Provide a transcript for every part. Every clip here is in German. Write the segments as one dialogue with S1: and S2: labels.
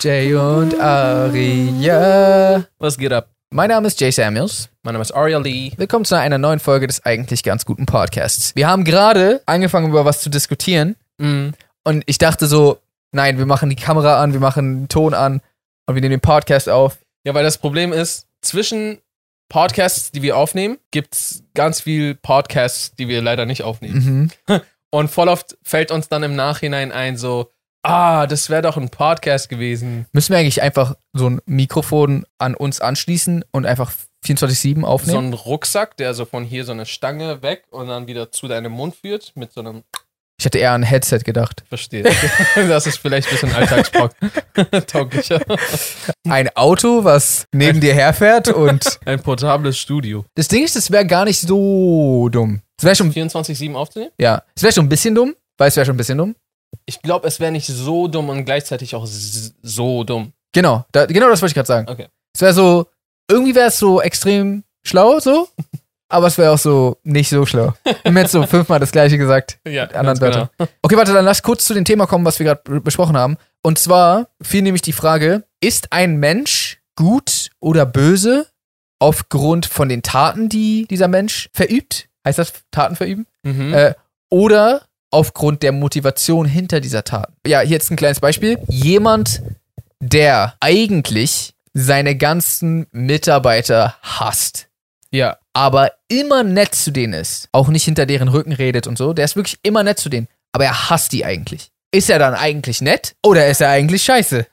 S1: Jay und Aria.
S2: Was geht ab?
S1: Mein Name ist Jay Samuels.
S2: Mein Name ist Aria Lee.
S1: Willkommen zu einer neuen Folge des eigentlich ganz guten Podcasts. Wir haben gerade angefangen, über was zu diskutieren.
S2: Mhm.
S1: Und ich dachte so, nein, wir machen die Kamera an, wir machen den Ton an und wir nehmen den Podcast auf.
S2: Ja, weil das Problem ist, zwischen Podcasts, die wir aufnehmen, gibt's ganz viel Podcasts, die wir leider nicht aufnehmen.
S1: Mhm.
S2: Und voll oft fällt uns dann im Nachhinein ein, so, ah, das wäre doch ein Podcast gewesen.
S1: Müssen wir eigentlich einfach so ein Mikrofon an uns anschließen und einfach 24-7 aufnehmen?
S2: So ein Rucksack, der so von hier so eine Stange weg und dann wieder zu deinem Mund führt, mit so einem,
S1: ich hätte eher an ein Headset gedacht.
S2: verstehe. das ist vielleicht ein bisschen alltagstauglicher.
S1: Ein Auto, was neben dir herfährt und
S2: ein portables Studio.
S1: das Ding ist, es wäre gar nicht so dumm. Es wäre schon
S2: 24-7 aufzunehmen?
S1: Ja, es wäre schon ein bisschen dumm, weil es wäre schon ein bisschen dumm.
S2: Ich glaube, es wäre nicht so dumm und gleichzeitig auch s- so dumm.
S1: Genau, da, genau das wollte ich gerade sagen.
S2: Okay.
S1: Es wäre so, irgendwie wäre es so extrem schlau, so, aber es wäre auch so nicht so schlau. Wir haben jetzt so fünfmal das gleiche gesagt.
S2: Ja, genau.
S1: anderen Wörtern. Okay, warte, dann lass kurz zu dem Thema kommen, was wir gerade besprochen haben. Und zwar fiel nämlich die Frage, ist ein Mensch gut oder böse aufgrund von den Taten, die dieser Mensch verübt? Heißt das Taten verüben?
S2: Mhm.
S1: Äh, oder aufgrund der Motivation hinter dieser Tat. Ja, hier jetzt ein kleines Beispiel. Jemand, der eigentlich seine ganzen Mitarbeiter hasst,
S2: ja.
S1: aber immer nett zu denen ist, auch nicht hinter deren Rücken redet und so, der ist wirklich immer nett zu denen, aber er hasst die eigentlich. Ist er dann eigentlich nett oder ist er eigentlich scheiße?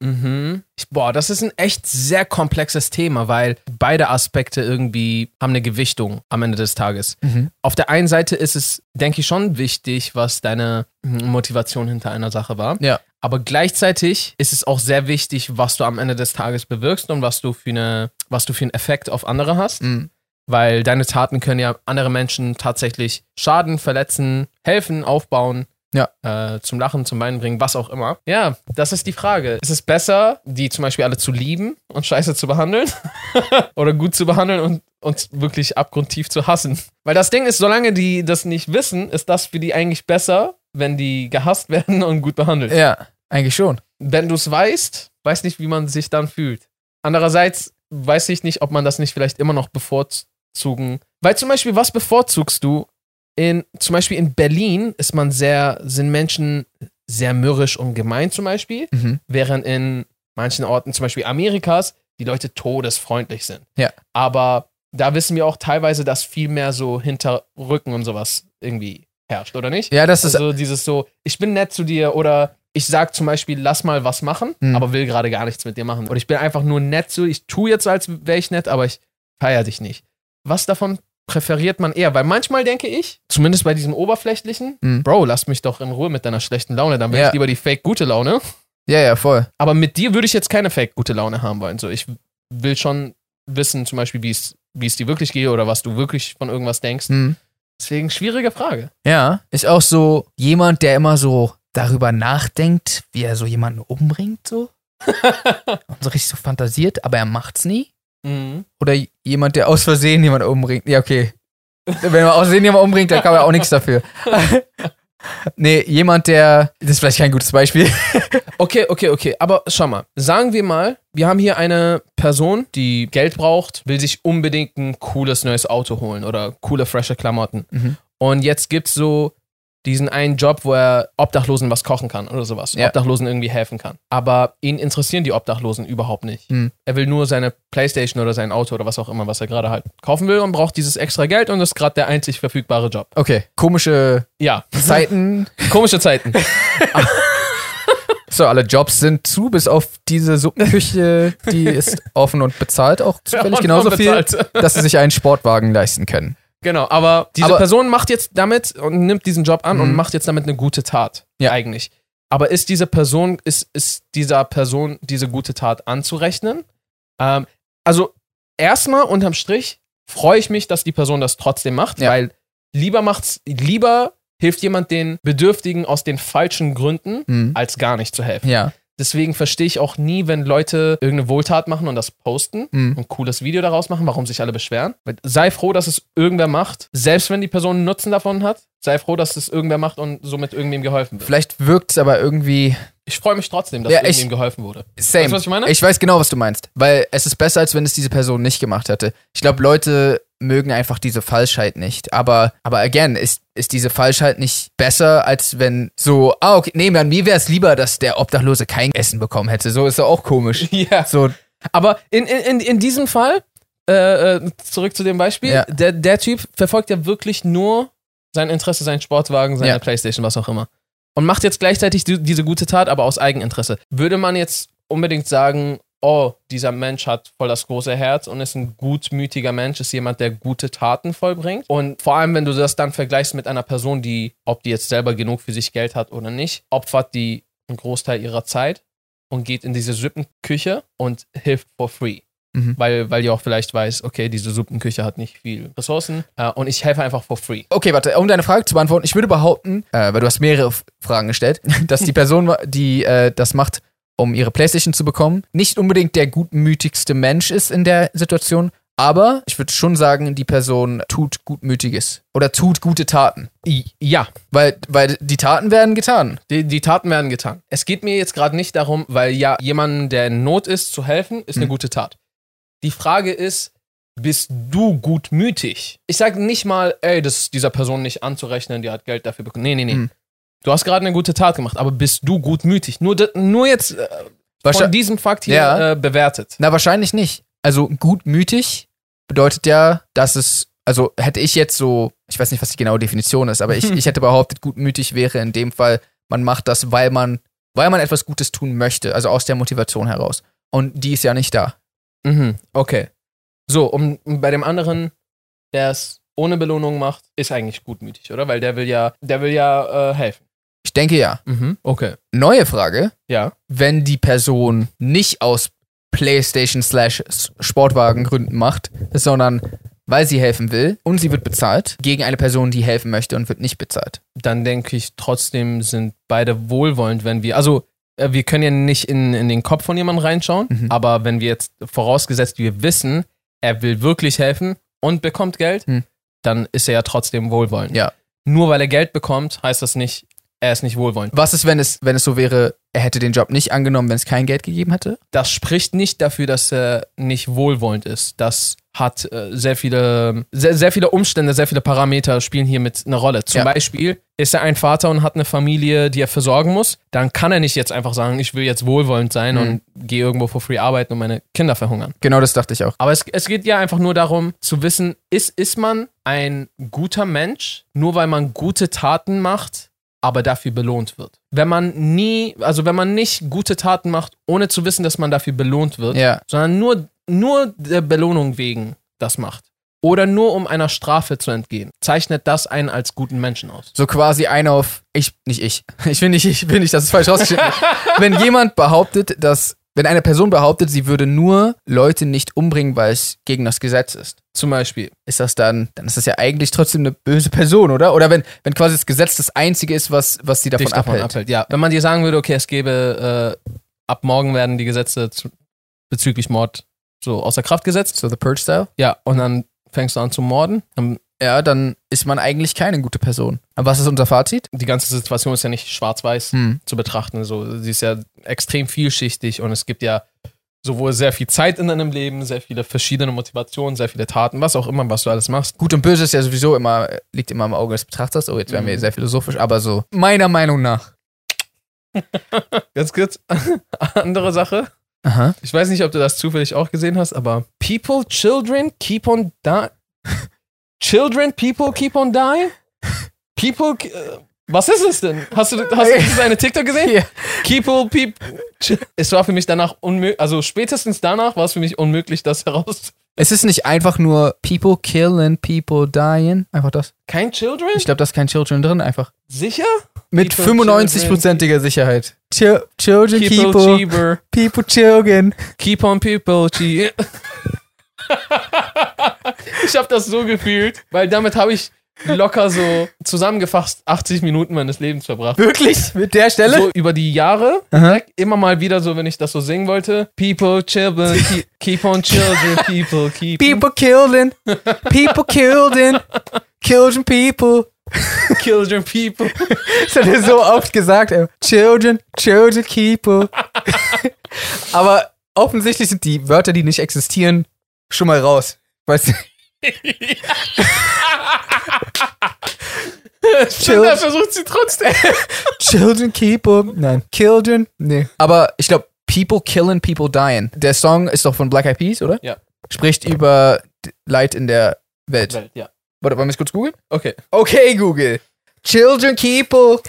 S2: Mhm. Ich- Boah, das ist ein echt sehr komplexes Thema, weil beide Aspekte irgendwie haben eine Gewichtung am Ende des Tages. Auf der einen Seite ist es, denke ich, schon wichtig, was deine hm, Motivation hinter einer Sache war.
S1: Ja.
S2: Aber gleichzeitig ist es auch sehr wichtig, was du am Ende des Tages bewirkst und was du für, eine, was du für einen Effekt auf andere hast.
S1: Mhm.
S2: Weil deine Taten können ja andere Menschen tatsächlich schaden, verletzen, helfen, aufbauen.
S1: Ja.
S2: Äh, zum Lachen, zum Weinen bringen, was auch immer. Ja, das ist die Frage. Ist es besser, die zum Beispiel alle zu lieben und scheiße zu behandeln? Oder gut zu behandeln und uns wirklich abgrundtief zu hassen? Weil das Ding ist, solange die das nicht wissen, ist das für die eigentlich besser, wenn die gehasst werden und gut behandelt
S1: Ja, eigentlich schon.
S2: wenn du es weißt, weiß nicht, wie man sich dann fühlt. Andererseits weiß ich nicht, ob man das nicht vielleicht immer noch bevorzugen. Weil zum Beispiel, was bevorzugst du? In, zum Beispiel in Berlin ist man sehr, sind Menschen sehr mürrisch und gemein zum Beispiel,
S1: Mhm.
S2: während in manchen Orten, zum Beispiel Amerikas, die Leute todesfreundlich sind.
S1: Ja.
S2: Aber da wissen wir auch teilweise, dass viel mehr so hinter Rücken und sowas irgendwie herrscht, oder nicht?
S1: Ja, das ist
S2: Also dieses so, ich bin nett zu dir oder ich sag zum Beispiel, lass mal was machen,
S1: Hm.
S2: aber will gerade gar nichts mit dir machen. Oder ich bin einfach nur nett zu, ich tue jetzt, als wäre ich nett, aber ich feier dich nicht. Was davon präferiert man eher? Weil manchmal denke ich, zumindest bei diesem oberflächlichen,
S1: Hm.
S2: Bro, lass mich doch in Ruhe mit deiner schlechten Laune, dann will
S1: Ja.
S2: ich lieber die fake gute Laune.
S1: ja, ja, voll.
S2: Aber mit dir würde ich jetzt keine fake gute Laune haben wollen. So, ich will schon wissen, zum Beispiel, wie es wie es dir wirklich geht oder was du wirklich von irgendwas denkst.
S1: Mhm.
S2: Deswegen schwierige Frage.
S1: Ja, ist auch so jemand, der immer so darüber nachdenkt, wie er so jemanden umbringt, so. Und so richtig so fantasiert, aber er macht's nie. Oder j- jemand, der aus Versehen jemanden umbringt. Ja, okay. Wenn man aus Versehen jemanden umbringt, dann kann man auch nichts dafür. nee, jemand, der. Das ist vielleicht kein gutes Beispiel.
S2: Okay, okay, okay. Aber schau mal. Sagen wir mal, wir haben hier eine Person, die Geld braucht, will sich unbedingt ein cooles neues Auto holen oder coole, frische Klamotten.
S1: Mhm.
S2: Und jetzt gibt's so diesen einen Job, wo er Obdachlosen was kochen kann oder sowas.
S1: Ja.
S2: Obdachlosen irgendwie helfen kann. Aber ihn interessieren die Obdachlosen überhaupt nicht.
S1: Mhm.
S2: Er will nur seine Playstation oder sein Auto oder was auch immer, was er gerade halt kaufen will und braucht dieses extra Geld und das ist gerade der einzig verfügbare Job.
S1: Okay. Komische
S2: Ja,
S1: Zeiten.
S2: komische Zeiten.
S1: So, alle Jobs sind zu, bis auf diese Suppenküche, die ist offen und bezahlt auch zufällig
S2: Und
S1: genauso viel,
S2: unbezahlt.
S1: dass sie sich einen Sportwagen leisten können.
S2: Genau, aber diese
S1: Aber-
S2: Person macht jetzt damit und nimmt diesen Job an und
S1: Mhm.
S2: macht jetzt damit eine gute Tat.
S1: Ja.
S2: Eigentlich. Aber ist diese Person, ist, ist dieser Person diese gute Tat anzurechnen? Ähm, also, erstmal unterm Strich freue ich mich, dass die Person das trotzdem macht,
S1: Ja.
S2: weil lieber macht's, lieber hilft jemand den Bedürftigen aus den falschen Gründen,
S1: Mhm.
S2: als gar nicht zu helfen.
S1: Ja.
S2: Deswegen verstehe ich auch nie, wenn Leute irgendeine Wohltat machen und das posten
S1: Mhm.
S2: und ein cooles Video daraus machen, warum sich alle beschweren. Weil Sei froh, dass es irgendwer macht, selbst wenn die Person einen Nutzen davon hat. Sei froh, dass es irgendwer macht und somit irgendwem geholfen wird.
S1: Vielleicht wirkt es aber irgendwie
S2: Ich freue mich trotzdem, dass
S1: Ja,
S2: irgendwem
S1: ich-
S2: geholfen wurde.
S1: same.
S2: Weißt du, was ich meine?
S1: weiß genau, was du meinst. Weil es ist besser, als wenn es diese Person nicht gemacht hätte. Ich glaube, Leute mögen einfach diese Falschheit nicht. Aber, aber again, ist, ist diese Falschheit nicht besser, als wenn so, ah, okay, nee, man, mir wäre es lieber, dass der Obdachlose kein Essen bekommen hätte. So ist er auch komisch.
S2: Ja.
S1: So,
S2: Aber in, in, in, in diesem Fall, äh, äh, zurück zu dem Beispiel,
S1: Ja.
S2: der, der Typ verfolgt ja wirklich nur sein Interesse, seinen Sportwagen, seine
S1: Ja.
S2: Playstation, was auch immer. Und macht jetzt gleichzeitig die, diese gute Tat, aber aus Eigeninteresse. Würde man jetzt unbedingt sagen, oh, dieser Mensch hat voll das große Herz und ist ein gutmütiger Mensch, ist jemand, der gute Taten vollbringt. Und vor allem, wenn du das dann vergleichst mit einer Person, die, ob die jetzt selber genug für sich Geld hat oder nicht, opfert die einen Großteil ihrer Zeit und geht in diese Suppenküche und hilft for free.
S1: Mhm.
S2: Weil, weil ihr auch vielleicht weiß, okay, diese Suppenküche hat nicht viel Ressourcen äh, und ich helfe einfach for free.
S1: Okay, warte, um deine Frage zu beantworten, ich würde behaupten, äh, weil du hast mehrere F- Fragen gestellt, dass die Person, die äh, das macht, um ihre Playstation zu bekommen, nicht unbedingt der gutmütigste Mensch ist in der Situation, aber ich würde schon sagen, die Person tut Gutmütiges oder tut gute Taten.
S2: Ja,
S1: Weil, weil die Taten werden getan.
S2: die, die Taten werden getan. Es geht mir jetzt gerade nicht darum, weil ja jemandem, der in Not ist, zu helfen, ist eine
S1: Mhm.
S2: gute Tat. Die Frage ist, bist du gutmütig? Ich sage nicht mal, ey, das ist dieser Person nicht anzurechnen, die hat Geld dafür bekommen. Nee, nee, nee.
S1: Mhm.
S2: Du hast gerade eine gute Tat gemacht, aber bist du gutmütig? Nur, d- nur jetzt äh,
S1: Wahrscheinlich.
S2: von diesem Fakt hier
S1: Ja.
S2: äh, bewertet.
S1: Na, wahrscheinlich nicht. Also gutmütig bedeutet ja, dass es, also hätte ich jetzt so, ich weiß nicht, was die genaue Definition ist, aber ich,
S2: Hm.
S1: ich hätte behauptet, gutmütig wäre in dem Fall, man macht das, weil man, weil man etwas Gutes tun möchte, also aus der Motivation heraus. Und die ist ja nicht da.
S2: Mhm, okay. So, um, um bei dem anderen, der es ohne Belohnung macht, ist eigentlich gutmütig, oder? Weil der will ja, der will ja äh, helfen.
S1: Ich denke ja.
S2: Mhm, okay.
S1: Neue Frage,
S2: Ja.
S1: wenn die Person nicht aus Playstation slash Sportwagengründen macht, sondern weil sie helfen will und sie wird bezahlt, gegen eine Person, die helfen möchte und wird nicht bezahlt.
S2: Dann denke ich, trotzdem sind beide wohlwollend, wenn wir, also äh, wir können ja nicht in, in den Kopf von jemandem reinschauen,
S1: Mhm.
S2: aber wenn wir jetzt vorausgesetzt, wir wissen, er will wirklich helfen und bekommt Geld,
S1: Mhm.
S2: dann ist er ja trotzdem wohlwollend.
S1: Ja.
S2: Nur weil er Geld bekommt, heißt das nicht, er ist nicht wohlwollend.
S1: Was ist, wenn es, wenn es so wäre, er hätte den Job nicht angenommen, wenn es kein Geld gegeben hätte?
S2: das spricht nicht dafür, dass er nicht wohlwollend ist. Das hat äh, sehr viele, sehr, sehr viele Umstände, sehr viele Parameter spielen hier mit eine Rolle. Zum
S1: Ja.
S2: Beispiel ist er ein Vater und hat eine Familie, die er versorgen muss. Dann kann er nicht jetzt einfach sagen, ich will jetzt wohlwollend sein
S1: Mhm.
S2: und gehe irgendwo for free arbeiten und meine Kinder verhungern.
S1: Genau das dachte ich auch.
S2: Aber es, es geht ja einfach nur darum zu wissen, ist, ist man ein guter Mensch, nur weil man gute Taten macht, aber dafür belohnt wird. Wenn man nie, also wenn man nicht gute Taten macht, ohne zu wissen, dass man dafür belohnt wird,
S1: Ja.
S2: sondern nur, nur der Belohnung wegen das macht. Oder nur um einer Strafe zu entgehen, zeichnet das einen als guten Menschen aus.
S1: So quasi ein auf, ich, nicht ich. Ich will nicht, ich will nicht, das ist falsch rausgeschnitten. wenn jemand behauptet, dass, wenn eine Person behauptet, sie würde nur Leute nicht umbringen, weil es gegen das Gesetz ist,
S2: Zum Beispiel.
S1: ist das dann, dann ist das ja eigentlich trotzdem eine böse Person, oder? Oder wenn, wenn quasi das Gesetz das einzige ist, was, was sie davon
S2: dich davon
S1: abhält.
S2: abhält. Ja, wenn man dir sagen würde, okay, es gäbe, äh, ab morgen werden die Gesetze zu, bezüglich Mord so außer Kraft gesetzt.
S1: So The Purge-Style?
S2: Ja, und dann fängst du an zu morden. Ähm, Dann,
S1: Ja, dann ist man eigentlich keine gute Person. Aber was ist unser Fazit?
S2: die ganze Situation ist ja nicht schwarz-weiß
S1: Hm.
S2: zu betrachten. So, sie ist ja extrem vielschichtig und es gibt ja sowohl sehr viel Zeit in deinem Leben, sehr viele verschiedene Motivationen, sehr viele Taten, was auch immer, was du alles machst.
S1: Gut und Böse ist ja sowieso immer, liegt immer im Auge des Betrachters. Oh, jetzt werden wir
S2: Mhm.
S1: sehr philosophisch, aber so, meiner Meinung nach.
S2: Ganz kurz, andere Sache.
S1: Aha.
S2: Ich weiß nicht, ob du das zufällig auch gesehen hast, aber People, Children keep on die. Children, People keep on die. People. ki- äh, Was ist es denn? Hast du, hast du diese eine TikTok gesehen?
S1: Ja.
S2: People, people. Es war für mich danach unmöglich, also spätestens danach war es für mich unmöglich, das heraus.
S1: Es ist nicht einfach nur People killing, People dying. Einfach das.
S2: Kein Children?
S1: Ich glaube, da ist kein Children drin, einfach.
S2: Sicher?
S1: Mit
S2: People,
S1: 95%iger Sicherheit. Chil children,
S2: People,
S1: people, people,
S2: cheaper.
S1: children.
S2: Keep on people, G. ich habe das so gefühlt, weil damit habe ich locker so zusammengefasst 80 Minuten meines Lebens verbracht.
S1: Wirklich? Mit der Stelle?
S2: So über die Jahre
S1: Aha.
S2: hinweg, immer mal wieder so, wenn ich das so singen wollte. People children, keep, keep on children, people keep
S1: People killing. People killing. Children people.
S2: on children, people.
S1: Das hat er so oft gesagt. ey. Children, children people. Aber offensichtlich sind die Wörter, die nicht existieren, schon mal raus. Weißt du?
S2: Schindler versucht sie trotzdem.
S1: Children People. Nein. Children? Nee. Aber ich glaube, People Killing, People Dying. Der Song ist doch von Black Eyed Peas, oder?
S2: Ja.
S1: Spricht über d- Leid in der Welt.
S2: Ja.
S1: Warte, wollen wir es kurz googeln?
S2: Okay.
S1: Okay, Google. Children People.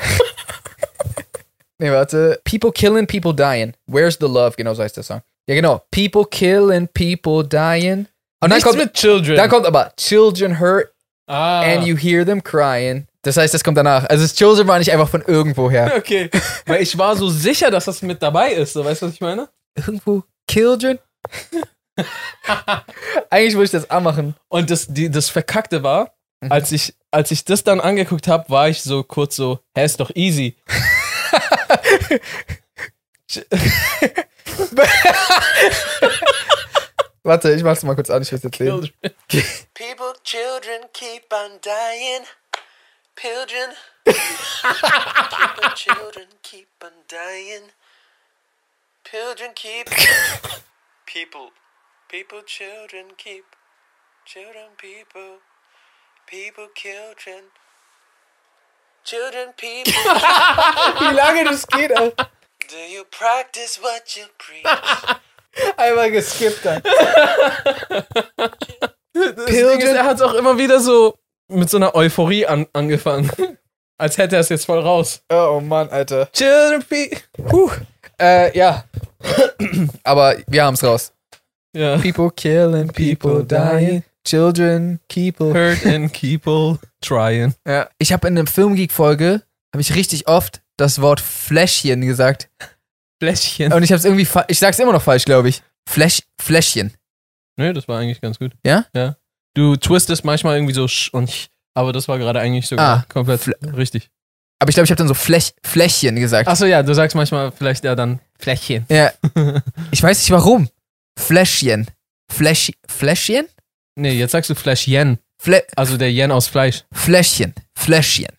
S1: nee, warte. People Killing, People Dying. Where's the Love? Genau so heißt der Song. Ja, genau. People Killing, People Dying. Oh, Und dann
S2: Nichts
S1: kommt,
S2: mit Children.
S1: dann kommt aber Children Hurt
S2: ah.
S1: and You Hear Them Crying. Das heißt, das kommt danach. Also, das Children war nicht einfach von irgendwoher.
S2: Okay. Weil ich war so sicher, dass das mit dabei ist. So, weißt du, was ich meine?
S1: irgendwo Children. Eigentlich würde ich das anmachen.
S2: Und das, die, das Verkackte war, als ich, als ich das dann angeguckt habe, war ich so kurz so, hä, ist doch easy.
S1: Warte, ich mach's mal kurz an, ich will jetzt lesen.
S3: People, children keep on dying. Children. People, children keep on dying. Children keep. People. People, children keep. Children, people. People, children. Children, people.
S1: Wie lange das geht, Alter.
S3: Do you practice what you preach?
S1: Einmal geskippt dann.
S2: Das Ding ist, er hat es auch immer wieder so mit so einer Euphorie an, angefangen. Als hätte er es jetzt voll raus.
S1: Oh, oh Mann, Alter.
S2: Children, people.
S1: Puh. Äh, ja. Aber wir haben's raus.
S2: Ja.
S1: People killing, people dying. Children, people.
S2: Hurt and people trying.
S1: Ja. Ich habe in einer Filmgeek-Folge, habe ich richtig oft das Wort Fläschchen gesagt.
S2: Fläschchen.
S1: Und ich hab's irgendwie, fa- ich sag's immer noch falsch, glaube ich. Fläsch, Fläschchen.
S2: Nö, das war eigentlich ganz gut.
S1: Ja?
S2: Ja. Du twistest manchmal irgendwie so sch und ch, aber das war gerade eigentlich sogar
S1: Ah.
S2: komplett richtig.
S1: Aber ich glaube, ich habe dann so Flech, Fläschchen gesagt.
S2: Achso, ja, du sagst manchmal vielleicht ja dann Fläschchen.
S1: Ja. Ich weiß nicht warum. Fläschchen. Fläsch, Fläschchen?
S2: Nee, jetzt sagst du Fläschchen.
S1: Flä,
S2: Also der Yen aus Fleisch.
S1: Fläschchen. Fläschchen.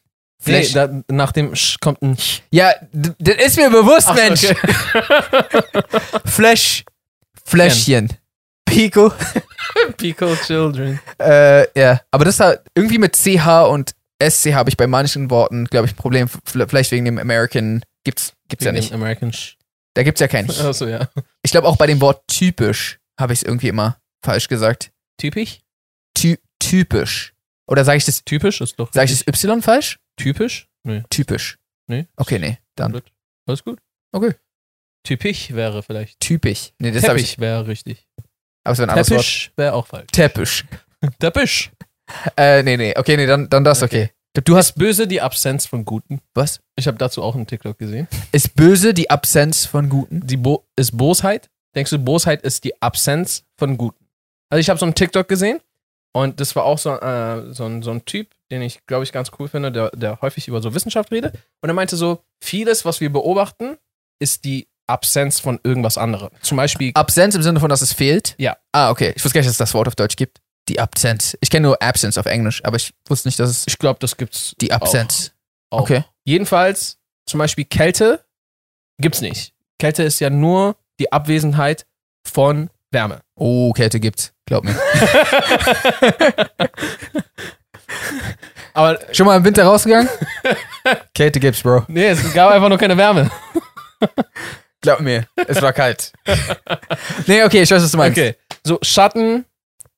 S2: Nee,
S1: Fläschchen.
S2: da, nach dem Sch kommt ein Ch.
S1: ja, d- das ist mir bewusst,
S2: Ach,
S1: Mensch.
S2: okay.
S1: Fläsch. Fläschchen. Pico.
S2: Pico Children.
S1: Äh, ja. Aber das hat irgendwie mit CH und SC habe ich bei manchen Worten, glaube ich, ein Problem. F- Vielleicht wegen dem American. Gibt's, gibt's ja
S2: Wegen dem
S1: nicht.
S2: American Sch.
S1: Da gibt's ja keinen.
S2: Achso, ja.
S1: Ich glaube auch bei dem Wort typisch habe ich es irgendwie immer falsch gesagt.
S2: Typisch?
S1: Ty typisch. Oder sage ich das,
S2: Typisch ist doch.
S1: sage ich das Y falsch?
S2: typisch? Nee,
S1: Typisch.
S2: Nee.
S1: Okay, nee. Dann
S2: komplett. Alles gut.
S1: Okay.
S2: Typisch wäre vielleicht.
S1: typisch. Nee, das habe ich.
S2: Teppich wäre richtig.
S1: Aber es war ein
S2: Ah,
S1: anderes Wort.
S2: Teppich wäre auch falsch.
S1: Teppisch.
S2: Teppich.
S1: Äh, nee, nee. Okay, nee, dann, dann das, okay. Du hast.
S2: Ist böse die Absenz von Guten?
S1: Was?
S2: Ich habe dazu auch einen TikTok gesehen.
S1: Ist böse die Absenz von Guten?
S2: Die Bo ist Bosheit? Denkst du, Bosheit ist die Absenz von Guten? Also ich habe so einen TikTok gesehen und das war auch so, äh, so, ein, so ein Typ, den ich, glaube ich, ganz cool finde, der, der häufig über so Wissenschaft redet. Und er meinte so, vieles, was wir beobachten, ist die Absenz von irgendwas anderem. Zum Beispiel
S1: Absenz im Sinne von, dass es fehlt?
S2: Ja.
S1: Ah, okay. Ich wusste gar nicht, dass es das Wort auf Deutsch gibt. Die Absenz. Ich kenne nur Absence auf Englisch, aber ich wusste nicht, dass es
S2: Ich glaube, das gibt's.
S1: die Absenz.
S2: Auch.
S1: Okay.
S2: Jedenfalls, zum Beispiel Kälte gibt's nicht. Kälte ist ja nur die Abwesenheit von Wärme.
S1: Oh, Kälte gibt's. Glaub mir.
S2: Aber
S1: Schon mal im Winter rausgegangen? Kälte gibt's, Bro.
S2: nee, es gab einfach nur keine Wärme.
S1: Glaub mir. Es war kalt. nee, okay, ich weiß, was du meinst.
S2: Okay. So, Schatten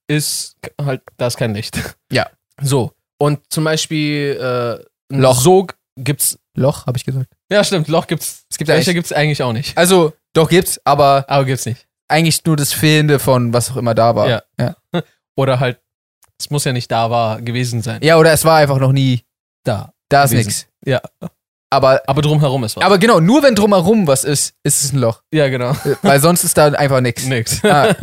S2: ist halt, da ist kein Licht.
S1: Ja.
S2: So. Und zum Beispiel äh, ein
S1: Loch.
S2: Sog gibt's.
S1: Loch, habe ich gesagt.
S2: Ja, stimmt, Loch gibt's. Es
S1: gibt
S2: welche
S1: eigentlich-
S2: gibt's eigentlich auch nicht.
S1: Also, doch gibt's, aber
S2: Aber gibt's nicht.
S1: eigentlich nur das Fehlende von was auch immer da war.
S2: Ja.
S1: ja.
S2: Oder halt, es muss ja nicht da war gewesen sein.
S1: Ja, oder es war einfach noch nie,
S2: Da.
S1: da ist
S2: Gewesen.
S1: nichts.
S2: Ja.
S1: Aber,
S2: Aber drumherum ist was.
S1: aber genau, nur wenn drumherum was ist, ist es ein Loch.
S2: ja, genau.
S1: Äh, Weil sonst ist da einfach nichts.
S2: Nix.
S1: Ah.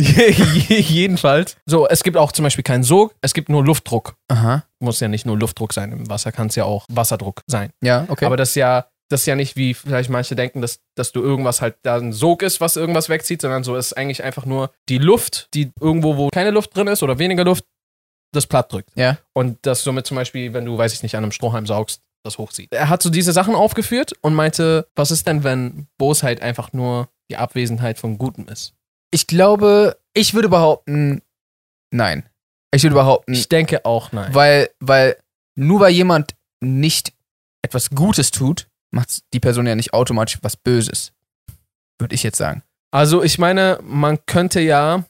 S2: Jedenfalls. So, es gibt auch zum Beispiel keinen Sog, es gibt nur Luftdruck.
S1: Aha.
S2: Muss ja nicht nur Luftdruck sein. Im Wasser kann es ja auch Wasserdruck sein.
S1: Ja, okay.
S2: Aber das ist ja, das ist ja nicht, wie vielleicht manche denken, dass, dass du irgendwas halt da ein Sog ist, was irgendwas wegzieht, sondern so ist eigentlich einfach nur die Luft, die irgendwo, wo keine Luft drin ist oder weniger Luft, das platt drückt.
S1: Ja.
S2: Und das somit zum Beispiel, wenn du, weiß ich nicht, an einem Strohhalm saugst, das hochzieht. Er hat so diese Sachen aufgeführt und meinte, was ist denn, wenn Bosheit einfach nur die Abwesenheit von Gutem ist?
S1: ich glaube, ich würde behaupten, nein. Ich würde behaupten,
S2: Ich denke auch nein.
S1: weil, weil nur weil jemand nicht etwas Gutes tut, macht die Person ja nicht automatisch was Böses. Würde ich jetzt sagen.
S2: Also ich meine, man könnte ja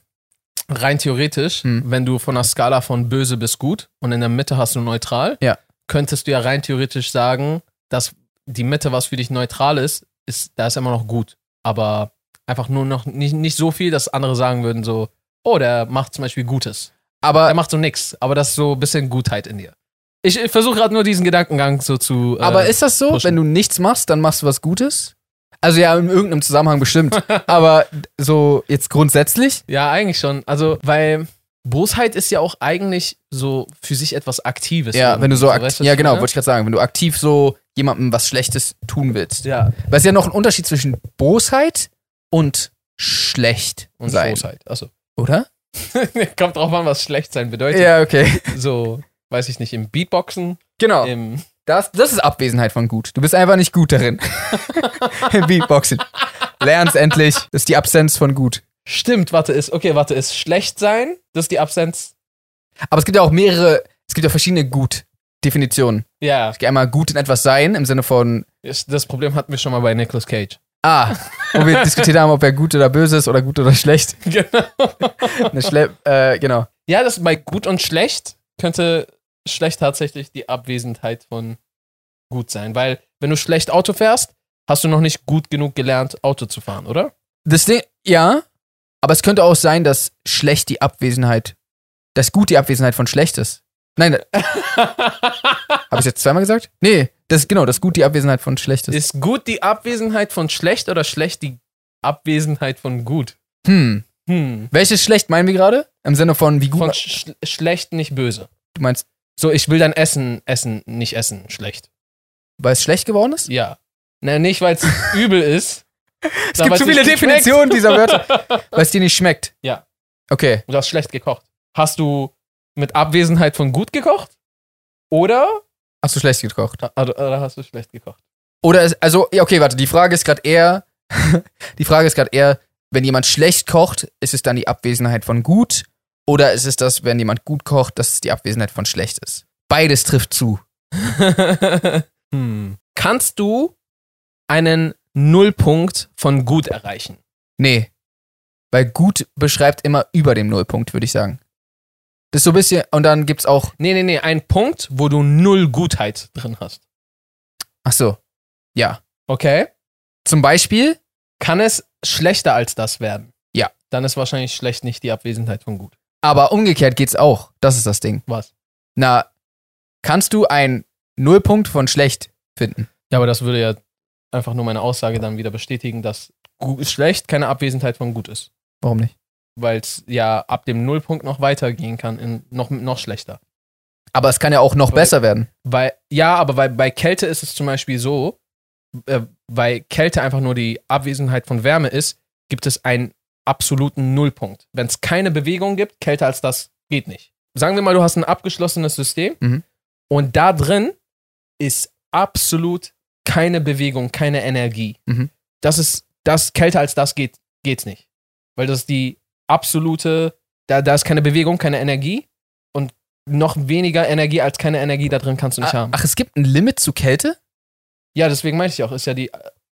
S2: rein theoretisch,
S1: Hm.
S2: wenn du von einer Skala von böse bis gut und in der Mitte hast du neutral,
S1: Ja.
S2: könntest du ja rein theoretisch sagen, dass die Mitte, was für dich neutral ist, ist da ist immer noch gut. Aber einfach nur noch nicht, nicht so viel, dass andere sagen würden so, oh, der macht zum Beispiel Gutes. Er
S1: Aber,
S2: macht so nix, aber das ist so ein bisschen Gutheit in dir. Ich, ich versuche gerade nur diesen Gedankengang so zu. äh,
S1: aber ist das so,
S2: pushen.
S1: wenn du nichts machst, dann machst du was Gutes? Also ja, in irgendeinem Zusammenhang bestimmt. aber so jetzt grundsätzlich?
S2: Ja, eigentlich schon. Also, weil Bosheit ist ja auch eigentlich so für sich etwas Aktives. ne?
S1: Ja, wenn du so
S2: weißt
S1: aktiv.
S2: was
S1: Ja,
S2: ich
S1: genau,
S2: meine?
S1: wollte ich gerade sagen. Wenn du aktiv so jemandem was Schlechtes tun willst.
S2: Ja,
S1: Weil es ist ja noch ein Unterschied zwischen Bosheit und schlecht
S2: und
S1: sein.
S2: Bosheit. Achso.
S1: Oder?
S2: Kommt drauf an, was schlecht sein bedeutet.
S1: Ja, okay.
S2: So, weiß ich nicht, im Beatboxen,
S1: Genau.
S2: im.
S1: Das, das ist Abwesenheit von gut. Du bist einfach nicht gut darin. Im Beatboxen. Lern's endlich. Das ist die Absenz von gut.
S2: Stimmt, warte, ist. Okay, warte, ist schlecht sein. Das ist die Absenz.
S1: Aber es gibt ja auch mehrere, es gibt ja verschiedene Gut-Definitionen.
S2: Ja,
S1: Es gibt einmal gut in etwas sein, im Sinne von,
S2: ist- das Problem hatten wir schon mal bei Nicolas Cage.
S1: ah, wo wir diskutiert haben, ob er gut oder böse ist oder gut oder schlecht.
S2: Genau.
S1: Eine Schle äh, genau.
S2: Ja, das bei gut und schlecht könnte schlecht tatsächlich die Abwesenheit von gut sein. Weil, wenn du schlecht Auto fährst, hast du noch nicht gut genug gelernt, Auto zu fahren, oder?
S1: Das Ding, ja, aber es könnte auch sein, dass schlecht die Abwesenheit, dass gut die Abwesenheit von schlecht ist. Nein, habe ich jetzt zweimal gesagt? Nee, das genau, dass gut die Abwesenheit von schlecht ist.
S2: Ist gut die Abwesenheit von schlecht oder schlecht die Abwesenheit von gut?
S1: Hm.
S2: Hm.
S1: Welches schlecht meinen wir gerade? Im Sinne von wie gut
S2: Von sch sch- schlecht nicht böse.
S1: du meinst,
S2: So, ich will dein Essen, Essen, nicht essen, schlecht.
S1: weil es schlecht geworden ist?
S2: Ja. Na, nicht, weil es übel ist.
S1: Es gibt zu viele Definitionen dieser Wörter. Weil es dir nicht schmeckt.
S2: Ja.
S1: Okay.
S2: Du hast schlecht gekocht. Hast du mit Abwesenheit von gut gekocht? Oder,
S1: Hast du schlecht gekocht?
S2: oder, oder ah, hast du schlecht gekocht?
S1: Oder es, also, ja, okay, warte, die Frage ist gerade eher, die Frage ist gerade eher, wenn jemand schlecht kocht, ist es dann die Abwesenheit von gut? Oder ist es das, wenn jemand gut kocht, dass es die Abwesenheit von schlecht ist? Beides trifft zu.
S2: hm. Kannst du einen Nullpunkt von gut erreichen?
S1: Nee. Weil gut beschreibt immer über dem Nullpunkt, würde ich sagen. Das ist so ein bisschen, und dann gibt's auch,
S2: Nee, nee, nee, ein Punkt, wo du null Gutheit drin hast.
S1: ach so, ja.
S2: Okay?
S1: Zum Beispiel,
S2: Kann es schlechter als das werden?
S1: Ja.
S2: Dann ist wahrscheinlich schlecht nicht die Abwesenheit von gut.
S1: Aber umgekehrt geht's auch. Das ist das Ding.
S2: Was?
S1: Na, kannst du einen Nullpunkt von schlecht finden?
S2: Ja, aber das würde ja einfach nur meine Aussage dann wieder bestätigen, dass gu- schlecht keine Abwesenheit von gut ist.
S1: Warum nicht?
S2: Weil es ja ab dem Nullpunkt noch weitergehen kann, in noch, noch schlechter.
S1: Aber es kann ja auch noch
S2: Weil-
S1: besser werden.
S2: Weil, ja, aber bei, bei Kälte ist es zum Beispiel so, äh, weil Kälte einfach nur die Abwesenheit von Wärme ist, gibt es einen absoluten Nullpunkt. Wenn es keine Bewegung gibt, kälter als das geht nicht. Sagen wir mal, du hast ein abgeschlossenes System
S1: Mhm.
S2: und da drin ist absolut keine Bewegung, keine Energie.
S1: Mhm.
S2: Das ist, das kälter als das geht, geht's nicht. Weil das ist die absolute, da, da ist keine Bewegung, keine Energie und noch weniger Energie als keine Energie da drin kannst du nicht
S1: Ah,
S2: haben.
S1: Ach, es gibt ein Limit zu Kälte?
S2: Ja, deswegen meinte ich auch, ist ja die,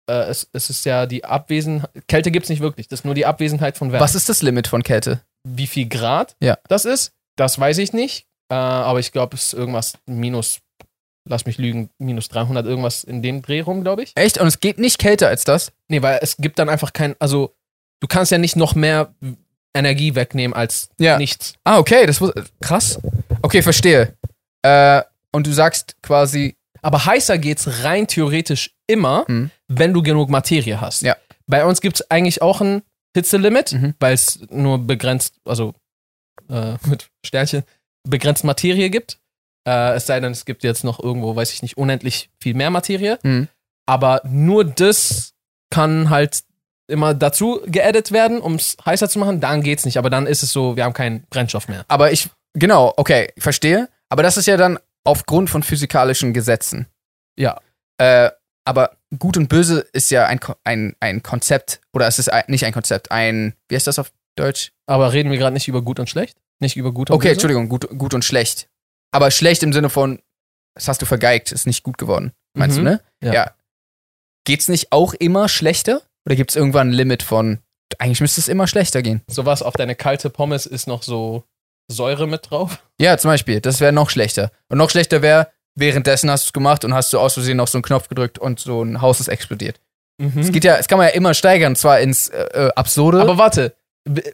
S2: äh, es, es ist ja die Abwesenheit, Kälte gibt's nicht wirklich, das ist nur die Abwesenheit von Wärme.
S1: Was ist das Limit von Kälte?
S2: Wie viel Grad
S1: Ja.
S2: das ist, das weiß ich nicht, äh, aber ich glaube, es ist irgendwas minus, lass mich lügen, minus 300, irgendwas in dem Dreh rum, glaube ich.
S1: Echt? Und es geht nicht kälter als das?
S2: Nee, weil es gibt dann einfach kein, also du kannst ja nicht noch mehr Energie wegnehmen als
S1: Ja.
S2: nichts.
S1: Ah, okay, das wus- krass. Okay, verstehe. Äh, und du sagst quasi,
S2: Aber heißer geht's rein theoretisch immer,
S1: Hm.
S2: wenn du genug Materie hast.
S1: Ja.
S2: Bei uns gibt's eigentlich auch einen Hitzelimit,
S1: Mhm.
S2: weil es nur begrenzt, also äh, mit Sternchen, begrenzt Materie gibt. Äh, es sei denn, es gibt jetzt noch irgendwo, weiß ich nicht, unendlich viel mehr Materie.
S1: Mhm.
S2: Aber nur das kann halt immer dazu geaddet werden, um es heißer zu machen. Dann geht's nicht. Aber dann ist es so, wir haben keinen Brennstoff mehr.
S1: Aber ich, genau, okay, ich verstehe. Aber das ist ja dann aufgrund von physikalischen Gesetzen.
S2: Ja.
S1: Äh, aber Gut und Böse ist ja ein, Ko- ein, ein Konzept. Oder es ist ein, nicht ein Konzept, ein, wie heißt das auf Deutsch?
S2: Aber reden wir gerade nicht über gut und schlecht? Nicht über gut und
S1: Okay,
S2: böse?
S1: Entschuldigung, gut, gut und schlecht. Aber schlecht im Sinne von, das hast du vergeigt, ist nicht gut geworden. Meinst
S2: Mhm.
S1: du, ne?
S2: Ja.
S1: Geht's nicht auch immer schlechter? Oder gibt's irgendwann ein Limit von, eigentlich müsste es immer schlechter gehen?
S2: Sowas auf deine kalte Pommes ist noch so Säure mit drauf.
S1: Ja, zum Beispiel, das wäre noch schlechter. Und noch schlechter wäre, währenddessen hast du es gemacht und hast du aus Versehen noch so einen Knopf gedrückt und so ein Haus ist explodiert. Es geht ja, es kann man ja immer steigern, und zwar ins äh, äh, Absurde.
S2: Mhm. Aber warte. W-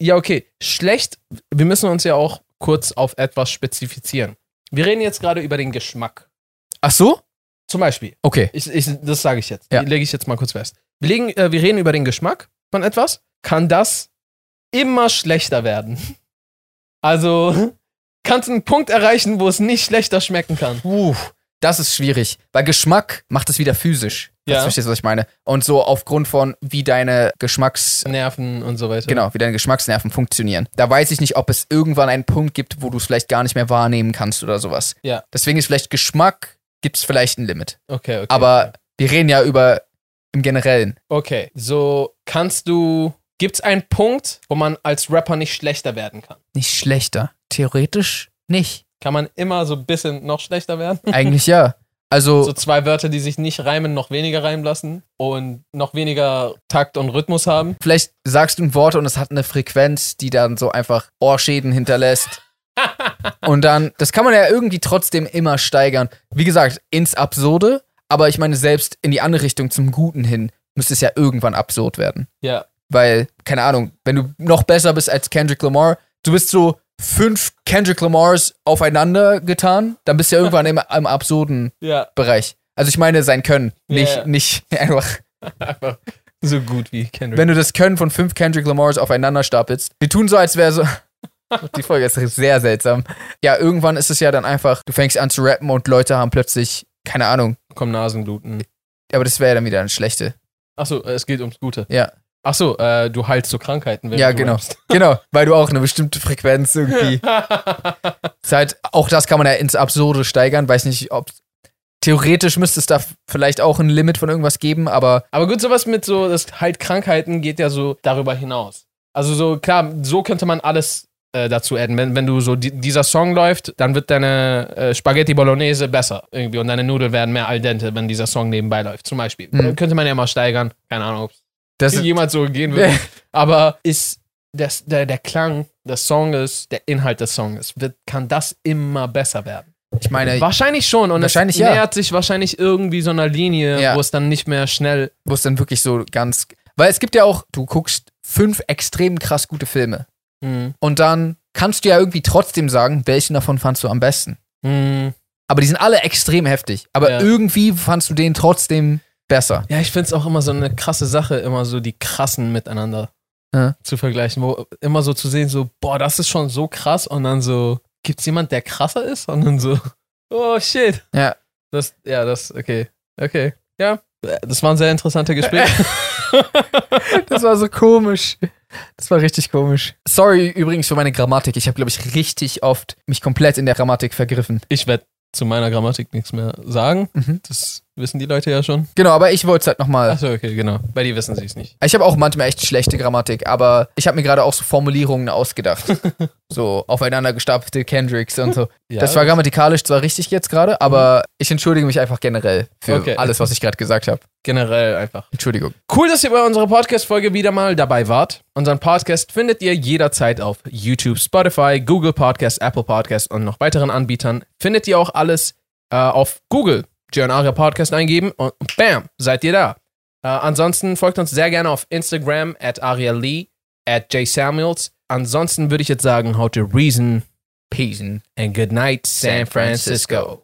S2: Ja, okay. Schlecht. Wir müssen uns ja auch kurz auf etwas spezifizieren. Wir reden jetzt gerade über den Geschmack.
S1: ach so?
S2: Zum Beispiel.
S1: Okay.
S2: Ich, ich, das sage ich jetzt.
S1: Ja.
S2: Lege ich jetzt mal kurz fest. Wir, legen, äh, wir reden über den Geschmack von etwas. Kann das immer schlechter werden? Also, kannst du einen Punkt erreichen, wo es nicht schlechter schmecken kann?
S1: Puh, das ist schwierig. Weil Geschmack macht es wieder physisch.
S2: Ja.
S1: Das verstehst du, was ich meine. Und so aufgrund von, wie deine Geschmacks...
S2: Nerven und so weiter.
S1: Genau, wie deine Geschmacksnerven funktionieren. Da weiß ich nicht, ob es irgendwann einen Punkt gibt, wo du es vielleicht gar nicht mehr wahrnehmen kannst oder sowas.
S2: Ja.
S1: Deswegen ist vielleicht Geschmack, gibt es vielleicht ein Limit.
S2: Okay, okay.
S1: Aber wir reden ja über im Generellen.
S2: Okay, so kannst du. Gibt's einen Punkt, wo man als Rapper nicht schlechter werden kann?
S1: nicht schlechter. Theoretisch nicht.
S2: Kann man immer so ein bisschen noch schlechter werden?
S1: Eigentlich ja. Also,
S2: So zwei Wörter, die sich nicht reimen, noch weniger reimen lassen und noch weniger Takt und Rhythmus haben.
S1: vielleicht sagst du ein Wort und es hat eine Frequenz, die dann so einfach Ohrschäden hinterlässt. und dann, das kann man ja irgendwie trotzdem immer steigern. Wie gesagt, ins Absurde, aber ich meine, selbst in die andere Richtung zum Guten hin müsste es ja irgendwann absurd werden.
S2: Ja.
S1: Weil, keine Ahnung, wenn du noch besser bist als Kendrick Lamar, du bist so fünf Kendrick Lamars aufeinander getan, dann bist du ja irgendwann im, im absurden
S2: Ja.
S1: Bereich. Also ich meine sein Können,
S2: Ja,
S1: nicht,
S2: ja.
S1: nicht einfach.
S2: Einfach so gut wie Kendrick.
S1: Wenn du das Können von fünf Kendrick Lamars aufeinander stapelst, wir tun so, als wäre so. Die Folge ist sehr seltsam. Ja, irgendwann ist es ja dann einfach, du fängst an zu rappen und Leute haben plötzlich, keine Ahnung,
S2: Komm, Nasenbluten.
S1: aber das wäre ja dann wieder eine schlechte.
S2: Achso, es geht ums Gute.
S1: Ja.
S2: Achso, äh, du heilst so Krankheiten. während
S1: Ja,
S2: du
S1: genau.
S2: rappst.
S1: Genau, weil du auch eine bestimmte Frequenz irgendwie. Ist halt, auch das kann man ja ins Absurde steigern, weiß nicht, ob. Theoretisch müsste es da vielleicht auch ein Limit von irgendwas geben, aber
S2: Aber gut, sowas mit so, das halt Krankheiten geht ja so darüber hinaus. Also so, klar, so könnte man alles äh, dazu adden. Wenn, wenn du so, di dieser Song läuft, dann wird deine äh, Spaghetti Bolognese besser irgendwie und deine Nudeln werden mehr al dente, wenn dieser Song nebenbei läuft, zum Beispiel. Äh,
S1: Mhm. Also
S2: Könnte man ja mal steigern. Keine Ahnung, ob
S1: das
S2: es
S1: ist.
S2: jemand so gehen würde. Aber ist das, der, der Klang des Songes, der Inhalt des Songes, wird, kann das immer besser werden?
S1: Ich meine,
S2: wahrscheinlich schon. Und
S1: wahrscheinlich
S2: es
S1: ja.
S2: nähert sich wahrscheinlich irgendwie so einer Linie,
S1: Ja.
S2: wo es dann nicht mehr schnell
S1: wo es dann wirklich so ganz. Weil es gibt ja auch, du guckst fünf extrem krass gute Filme
S2: Mhm.
S1: und dann kannst du ja irgendwie trotzdem sagen, welchen davon fandst du am besten.
S2: Mhm.
S1: Aber die sind alle extrem heftig. Aber
S2: Ja.
S1: irgendwie fandst du den trotzdem besser.
S2: Ja, ich find's auch immer so eine krasse Sache, immer so die krassen miteinander
S1: Ja.
S2: zu vergleichen. Wo immer so zu sehen, so, boah, das ist schon so krass. Und dann so, gibt's jemand, der krasser ist? Und dann so, oh shit.
S1: Ja.
S2: Das, ja, das, okay. Okay. Ja. Das waren sehr interessante Gespräche.
S1: Das war so komisch. Das war richtig komisch. Sorry übrigens für meine Grammatik. Ich habe, glaube ich, richtig oft mich komplett in der Grammatik vergriffen.
S2: ich werde zu meiner Grammatik nichts mehr sagen.
S1: Mhm.
S2: Das wissen die Leute ja schon.
S1: Genau, aber ich wollte es halt nochmal
S2: Achso, okay, genau. Bei dir wissen sie es nicht.
S1: Ich habe auch manchmal echt schlechte Grammatik, aber ich habe mir gerade auch so Formulierungen ausgedacht. so aufeinander gestapelte Kendricks und so.
S2: Ja,
S1: das war grammatikalisch zwar richtig jetzt gerade, aber ich entschuldige mich einfach generell für
S2: Okay.
S1: alles, was ich gerade gesagt habe.
S2: generell einfach.
S1: Entschuldigung.
S2: Cool, dass ihr bei unserer Podcast-Folge wieder mal dabei wart. Unseren Podcast findet ihr jederzeit auf YouTube, Spotify, Google Podcast, Apple Podcast und noch weiteren Anbietern. Findet ihr auch alles äh, auf Google. Jörn Aria Podcast eingeben und bam, seid ihr da. Äh, ansonsten folgt uns sehr gerne auf Instagram at Aria Lee, at J Samuels. Ansonsten würde ich jetzt sagen, how to reason
S1: Peace.
S2: and good night San Francisco.